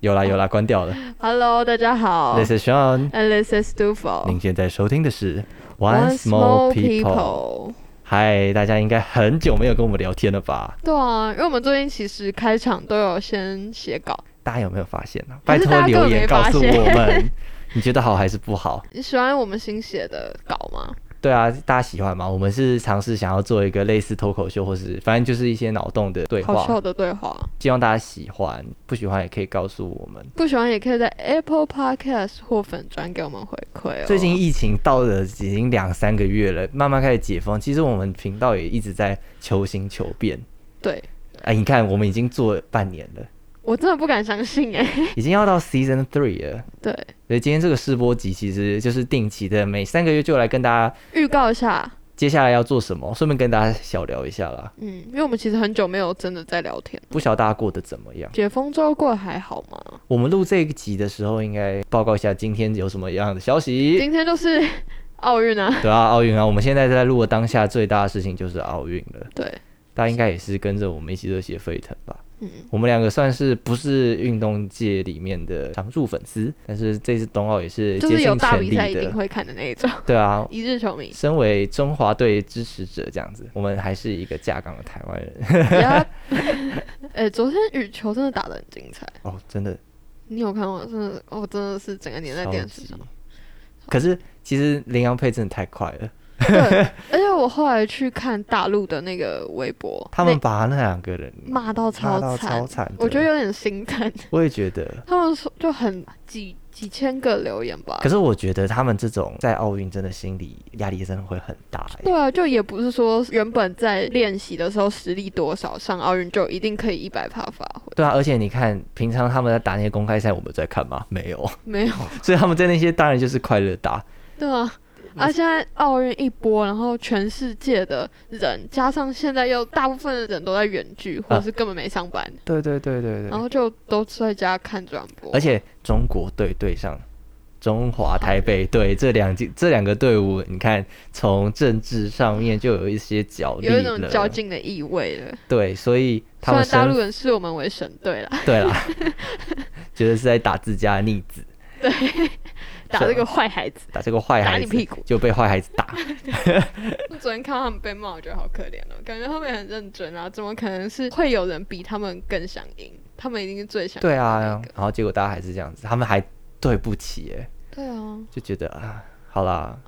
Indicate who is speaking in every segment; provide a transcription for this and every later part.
Speaker 1: 有
Speaker 2: 哦
Speaker 1: 啦有啦，关掉了。
Speaker 2: Hello，大家好
Speaker 1: This is Sean，
Speaker 2: ，and this is Dufo
Speaker 1: 您。现在收听的是
Speaker 2: 哦 One
Speaker 1: Once
Speaker 2: small
Speaker 1: More People。
Speaker 2: people。
Speaker 1: 嗨，大家应该很久没有跟我们聊天了吧？
Speaker 2: 对啊，因为我们最近其实开场都有先写稿。
Speaker 1: 大家有没有发现呢、
Speaker 2: 可
Speaker 1: 拜
Speaker 2: 是
Speaker 1: 托
Speaker 2: 大家根
Speaker 1: 留
Speaker 2: 本
Speaker 1: 言
Speaker 2: 没
Speaker 1: 告
Speaker 2: 发
Speaker 1: 诉
Speaker 2: 现
Speaker 1: 我们，你觉得好还是 不好？
Speaker 2: 你喜欢我们新写的稿吗？
Speaker 1: 对啊，大家喜欢吗？我们是尝试想要做一个类似脱口秀，或是反正就是一些脑洞的对
Speaker 2: 好笑
Speaker 1: 话，
Speaker 2: 的对话，
Speaker 1: 希望大家喜欢，不喜欢也可以告诉我们。
Speaker 2: 不喜欢也可以在 Apple Podcast 或粉专给我们回馈哦。
Speaker 1: 最近疫情到了已经两三个月了，慢慢开始解封。其实我们频道也一直在求新求变。
Speaker 2: 对
Speaker 1: 哎，你看，我们已经做了半年了，
Speaker 2: 我真的不敢相信哎、
Speaker 1: 已经要到 Season Three 了。
Speaker 2: 对，
Speaker 1: 所以今天这个试播集其实就是定期的，每三个月就来跟大家
Speaker 2: 预告一下，
Speaker 1: 接下来要做什么，顺便跟大家小聊一下啦。
Speaker 2: 嗯，因为我们其实很久没有真的在聊天。
Speaker 1: 不晓得大家过得怎么样？
Speaker 2: 解封之后过得还好吗？
Speaker 1: 我们录这一集的时候，应该报告一下今天有什么样的消息。
Speaker 2: 今天就是奥运啊，
Speaker 1: 对啊，奥运啊，我们现在在录的当下最大的事情就是奥运了。
Speaker 2: 对，
Speaker 1: 大家应该也是跟着我们一起热血沸腾吧。
Speaker 2: 嗯
Speaker 1: 我们两个算是不是运动界里面的常驻粉丝，但是这次冬奥也是
Speaker 2: 就
Speaker 1: 竭
Speaker 2: 是有
Speaker 1: 尽
Speaker 2: 大
Speaker 1: 全
Speaker 2: 比
Speaker 1: 力
Speaker 2: 赛一定
Speaker 1: 的。
Speaker 2: 会看的那一 种，
Speaker 1: 对啊，。
Speaker 2: 一日球迷
Speaker 1: 身为中华队支持者这样子，我们还是一个架杠的台湾人
Speaker 2: Yup 哎、昨天羽球真的打得很精彩，
Speaker 1: 哦，真的
Speaker 2: 你有看吗？真的，我、真的是整个黏在
Speaker 1: 超
Speaker 2: 电视
Speaker 1: 级
Speaker 2: 上。。
Speaker 1: 可是其实林洋配真的太快了，
Speaker 2: 对，而且我后来去看大陆的那个微博，
Speaker 1: 他们把那两个人
Speaker 2: 那骂到
Speaker 1: 骂
Speaker 2: 超
Speaker 1: 到
Speaker 2: 惨
Speaker 1: 超，惨的，
Speaker 2: 我觉得有点心疼。
Speaker 1: 我也觉得。
Speaker 2: 他们说就很几几千个留言吧
Speaker 1: 可，是我觉得他们这种在奥运真的心理压力真的会很大、欸，
Speaker 2: 对啊，就也不是说原本在练习的时候实力多少，上奥运就一定可以一百趴发挥，
Speaker 1: 对啊，而且你看，平常他们在打那些公开赛，我们在看吗？没有，
Speaker 2: 没有。
Speaker 1: 所以他们在那些当然就是快乐打。
Speaker 2: 对啊，啊，现在奥运一波，然后全世界的人，加上现在又大部分的人都在远距，或者是根本没上班，
Speaker 1: 对对对啊对
Speaker 2: 然。后就都在家看转播。
Speaker 1: 而且中国队对上中华台北队这两支这两个队伍，你看从政治上面就有一些角力
Speaker 2: 有一种
Speaker 1: 了，
Speaker 2: 较劲的意味了。
Speaker 1: 对，所以他
Speaker 2: 虽
Speaker 1: 们
Speaker 2: 然大
Speaker 1: 身
Speaker 2: 陆人视我们为神队啦，
Speaker 1: 对啦，觉得是在打自家的逆子，
Speaker 2: 打这个坏孩子。
Speaker 1: 打这个坏
Speaker 2: 打
Speaker 1: 孩
Speaker 2: 你
Speaker 1: 子
Speaker 2: 屁股
Speaker 1: 就被坏孩子打，
Speaker 2: 我昨天看到他们被骂，我觉得好可怜哦，感觉他们也很认真啊，怎么可能是会有人比他们更想赢？他们一定是最想赢
Speaker 1: 对
Speaker 2: 的
Speaker 1: 啊，
Speaker 2: 那个
Speaker 1: 然后结果大家还是这样子，他们还对不起哎、
Speaker 2: 对啊，
Speaker 1: 就觉得啊，好啦，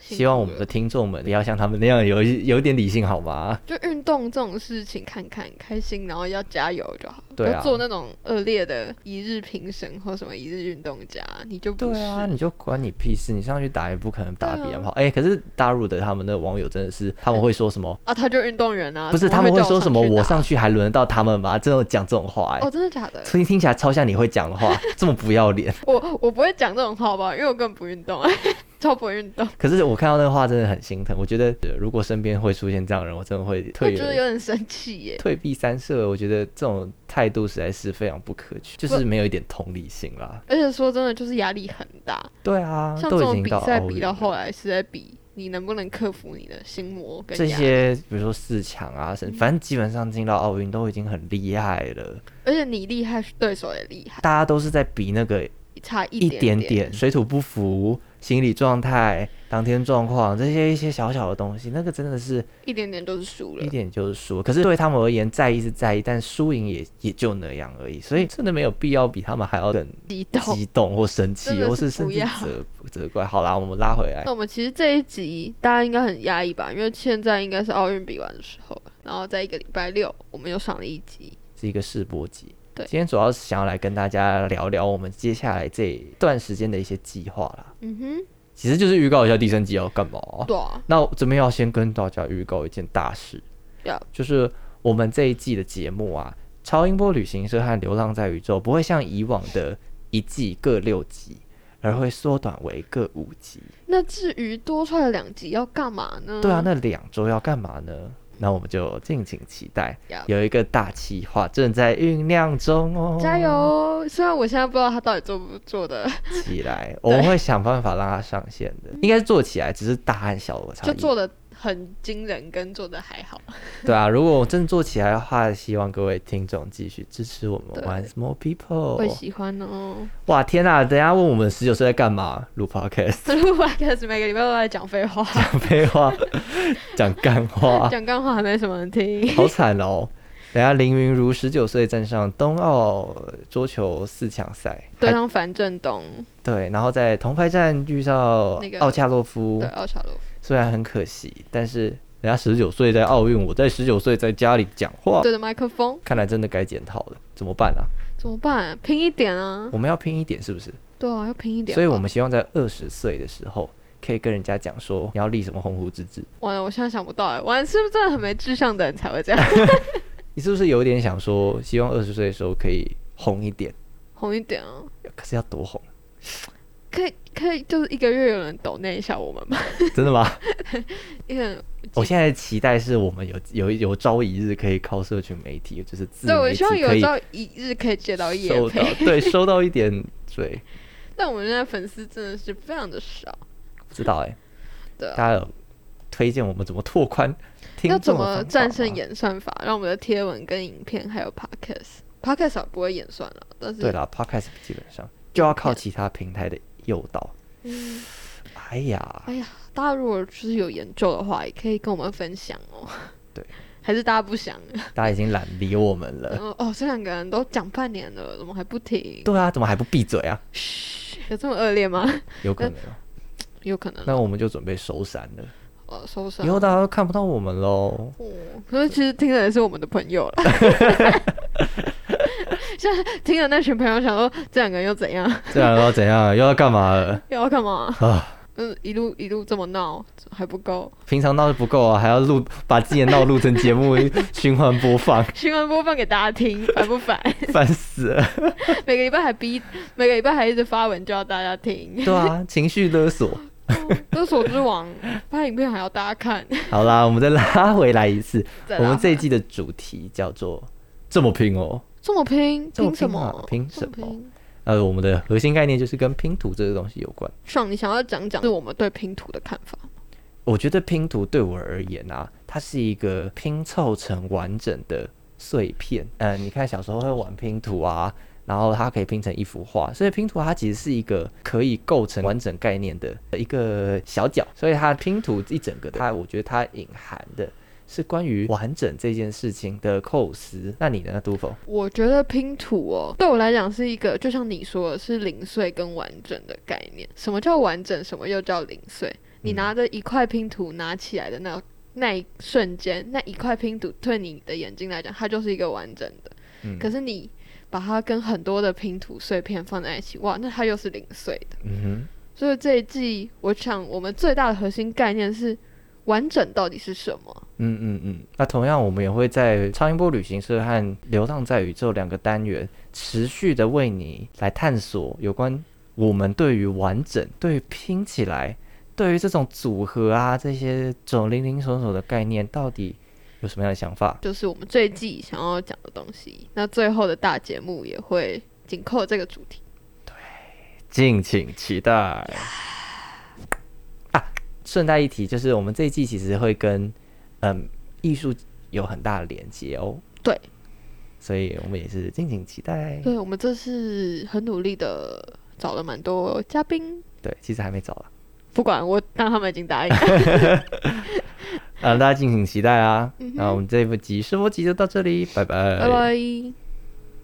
Speaker 2: 辛
Speaker 1: 希望
Speaker 2: 苦
Speaker 1: 我们
Speaker 2: 了
Speaker 1: 的听众们不要像他们那样有一有一点理性好吗？
Speaker 2: 就运动这种事情，看看开心，然后要加油就好。
Speaker 1: 对啊
Speaker 2: 不要做那种恶劣的一日评审或什么一日运动家，你就不是。
Speaker 1: 啊，你就关你屁事，你上去打也不可能打得
Speaker 2: 对
Speaker 1: 比
Speaker 2: 啊
Speaker 1: 他们好。哎、可是大陆的他们的网友真的是，他们会说什么？
Speaker 2: 啊他就运动员啊，
Speaker 1: 不是，
Speaker 2: 怎
Speaker 1: 他们会
Speaker 2: 叫
Speaker 1: 说什么？
Speaker 2: 去打
Speaker 1: 我上去还轮得到他们吗？这种讲这种话、哎、
Speaker 2: 哦，真的假的？
Speaker 1: 所以听起来超像你会讲的话， 这么不要脸。
Speaker 2: 我我不会讲这种话吧，因为我根本不运动啊， 超不运动，
Speaker 1: 可是我看到那话真的很心疼，我觉得呃如果身边会出现这样的人，我真的会
Speaker 2: 我
Speaker 1: 退
Speaker 2: 觉得有点生气耶。
Speaker 1: 退避三舍。我觉得这种态度实在是非常不可取，就是没有一点同理心啦。
Speaker 2: 而且说真的，就是压力很大，
Speaker 1: 对啊，
Speaker 2: 像这
Speaker 1: 都已
Speaker 2: 种
Speaker 1: 经
Speaker 2: 比
Speaker 1: 到
Speaker 2: 赛
Speaker 1: 奥
Speaker 2: 比
Speaker 1: 运
Speaker 2: 到
Speaker 1: 了
Speaker 2: 后来是在比你能不能克服你的心魔跟
Speaker 1: 这
Speaker 2: 压嗯力，
Speaker 1: 些，比如说四强啊，什反正基本上进到奥运都已经很厉害了。
Speaker 2: 而且你厉害，对手也厉害，
Speaker 1: 大家都是在比那个
Speaker 2: 差一
Speaker 1: 一点
Speaker 2: 点。
Speaker 1: 点水土不服、心理状态、当天状况这些一些小小的东西，那个真的是
Speaker 2: 一点点都是输了
Speaker 1: 一。点就是输。可是对他们而言，在意是在意，但输赢也也就那样而已，所以真的没有必要比他们还要更
Speaker 2: 激动。
Speaker 1: 激动或生气
Speaker 2: 真，的
Speaker 1: 或
Speaker 2: 是
Speaker 1: 是甚
Speaker 2: 不
Speaker 1: 至
Speaker 2: 要
Speaker 1: 责责怪。好啦，我们拉回来
Speaker 2: 那。我们其实这一集大家应该很压抑吧，因为现在应该是奥运比完的时候，然后在一个礼拜六我们又上了一集。
Speaker 1: 是一个试播集。
Speaker 2: 对
Speaker 1: 今天主要是想要来跟大家聊聊我们接下来这段时间的一些计划啦。
Speaker 2: 嗯哼，
Speaker 1: 其实就是预告一下第三季要干嘛。
Speaker 2: 对啊，
Speaker 1: 那我这边要先跟大家预告一件大事
Speaker 2: Yup
Speaker 1: 就是我们这一季的节目啊，超音波旅行社和流浪在宇宙不会像以往的一季各六集，而会缩短为各五集。
Speaker 2: 那至于多出来的两集要干嘛呢？
Speaker 1: 对啊，那两周要干嘛呢？那我们就敬请期待
Speaker 2: Yup
Speaker 1: 有一个大计划正在酝酿中哦，
Speaker 2: 加！油！虽然我现在不知道他到底做不做的，
Speaker 1: 起来，我们会想办法让它上线的，应该是做起来，只是大和小的差
Speaker 2: 嗯就
Speaker 1: 异。
Speaker 2: 做的很惊人，跟做的还好。
Speaker 1: 对啊，如果我真做起来的话，希望各位听众继续支持我们
Speaker 2: 对
Speaker 1: 玩 Small
Speaker 2: 会
Speaker 1: People。
Speaker 2: 喜欢哦。
Speaker 1: 哇，天呐、等一下问我们十九岁在干嘛？录 Podcast，
Speaker 2: 录 podcast 每个礼拜都在讲废话，
Speaker 1: 废话，讲干话，
Speaker 2: 讲干话还没什么人听。
Speaker 1: 好惨哦。等一下林云如十九岁站上冬奥桌球四强赛，
Speaker 2: 对
Speaker 1: 还
Speaker 2: 上樊振东，
Speaker 1: 对，然后在铜牌战遇到
Speaker 2: 那个
Speaker 1: 奥恰洛夫，
Speaker 2: 对奥乔洛夫，
Speaker 1: 虽然很可惜，但是人家十九岁在奥运，我在十九岁在家里讲话，
Speaker 2: 对着麦克风
Speaker 1: 看来真的该检讨了，怎么办啊？
Speaker 2: 怎么办、拼一点啊！
Speaker 1: 我们要拼一点，是不是？
Speaker 2: 对啊，要拼一点吧。
Speaker 1: 所以我们希望在二十岁的时候，可以跟人家讲说你要立什么鸿鹄之志。
Speaker 2: 完了，我现在想不到哎、完了是不是真的很没志向的人才会这样
Speaker 1: 你是不是有点想说，希望二十岁的时候可以红一点？
Speaker 2: 红一点啊？
Speaker 1: 可是要多红？
Speaker 2: 可以可以，就是一个月有人抖那一下我们 吧，
Speaker 1: 真的吗？
Speaker 2: 一个人。
Speaker 1: 我现在期待是我们有有有朝一日可以靠社群媒体，就是自
Speaker 2: 对，我
Speaker 1: 媒体
Speaker 2: 希望有
Speaker 1: 可以
Speaker 2: 朝一日可以接到夜
Speaker 1: 收到
Speaker 2: 配，
Speaker 1: 对收到一点对，
Speaker 2: 但我们现在粉丝真的是非常的少。
Speaker 1: 不知道哎、
Speaker 2: 对啊
Speaker 1: 大家有推荐我们怎么 拓宽听
Speaker 2: 要
Speaker 1: 众
Speaker 2: 怎
Speaker 1: 的方
Speaker 2: 么
Speaker 1: 法吗
Speaker 2: 战胜演算法？让我们的贴文、跟影片还有 podcast。podcast 啊不会演算了，但是
Speaker 1: 对啦，Podcast 基本上就要靠其他平台的诱导。
Speaker 2: 嗯
Speaker 1: 哎呀，
Speaker 2: 哎呀，大家如果就是有研究的话，也可以跟我们分享哦。
Speaker 1: 对，
Speaker 2: 还是大家不想？
Speaker 1: 大家已经懒得理我们
Speaker 2: 然
Speaker 1: 了。
Speaker 2: 后哦，这两个人都讲半年了，怎么还不停？
Speaker 1: 对啊，怎么还不闭嘴啊？
Speaker 2: 嘘，有这么恶劣 吗？
Speaker 1: 有可能，哦
Speaker 2: 有可能，
Speaker 1: 那我们就准备收山了，
Speaker 2: 呃，受伤
Speaker 1: 以。后大家都看不到我们喽。
Speaker 2: 哦，可是其实听的也是我们的朋友 了。现在听的那群朋友想说，这两个人又怎样？
Speaker 1: 这样要怎样？又啊要干嘛了？
Speaker 2: 又要干嘛？
Speaker 1: 啊，
Speaker 2: 嗯，一路一路这么闹还不够，
Speaker 1: 平常闹得不够啊，还要录把自己的闹录成节目循环播放，
Speaker 2: 新闻播放给大家听， 烦不烦？
Speaker 1: 烦死了。
Speaker 2: 每个礼拜还逼，每个礼拜还一直发文叫大家听，
Speaker 1: 对啊，情绪勒索。
Speaker 2: 勒索之 王拍影片还要大家看。
Speaker 1: 好啦，我们再拉回来一次。
Speaker 2: 再
Speaker 1: 我
Speaker 2: 拉
Speaker 1: 们这一
Speaker 2: 回来
Speaker 1: 季的主题叫做“这么拼哦
Speaker 2: 这么拼，
Speaker 1: 这么
Speaker 2: 什
Speaker 1: 拼啊
Speaker 2: 么？
Speaker 1: 拼
Speaker 2: 这么
Speaker 1: 什么
Speaker 2: 拼？”。
Speaker 1: 呃，我们的核心概念就是跟拼图这个东西有关。
Speaker 2: 上，你想要讲讲是我们对拼图的看法？
Speaker 1: 我觉得拼图对我而言啊，它是一个拼凑成完整的碎片。嗯，你看小时候会玩拼图啊，然后它可以拼成一幅画，所以拼图它其实是一个可以构成完整概念的一个小角。所以它拼图一整个的，它我觉得它隐含的是关于完整这件事情的构思。那你呢，杜否？
Speaker 2: 我觉得拼图哦，对我来讲是一个，就像你说的，是零碎跟完整的概念。什么叫完整？什么又叫零碎？你
Speaker 1: 嗯
Speaker 2: 拿着一块拼图拿起来的那那一瞬间，那一块拼图对你的眼睛来讲，它就是一个完整的。
Speaker 1: 嗯
Speaker 2: 可是你把它跟很多的拼图碎片放在一起，哇，那它又是零碎的。
Speaker 1: 嗯哼。
Speaker 2: 所以这一季，我想我们最大的核心概念是完整到底是什么？
Speaker 1: 嗯嗯嗯，那同样我们也会在超音波旅行社和《流浪在宇宙》两个单元持续的为你来探索有关我们对于完整、对于拼起来、对于这种组合啊这些种零零手手的概念到底有什么样的想法？
Speaker 2: 就是我们这一季想要讲的东西。那最后的大节目也会紧扣这个主题。
Speaker 1: 敬请期待。啊，顺带一提，就是我们这一季其实会跟嗯艺术有很大的连接哦。
Speaker 2: 对，
Speaker 1: 所以我们也是敬请期待。
Speaker 2: 对我们这次很努力的找了蛮多嘉宾，
Speaker 1: 对，其实还没找啦。
Speaker 2: 不管我，但他们已经答应了。
Speaker 1: 啊、大家敬请期待啊！
Speaker 2: 嗯哼
Speaker 1: 那我们这一集试播集就到这里，拜拜，
Speaker 2: 拜拜。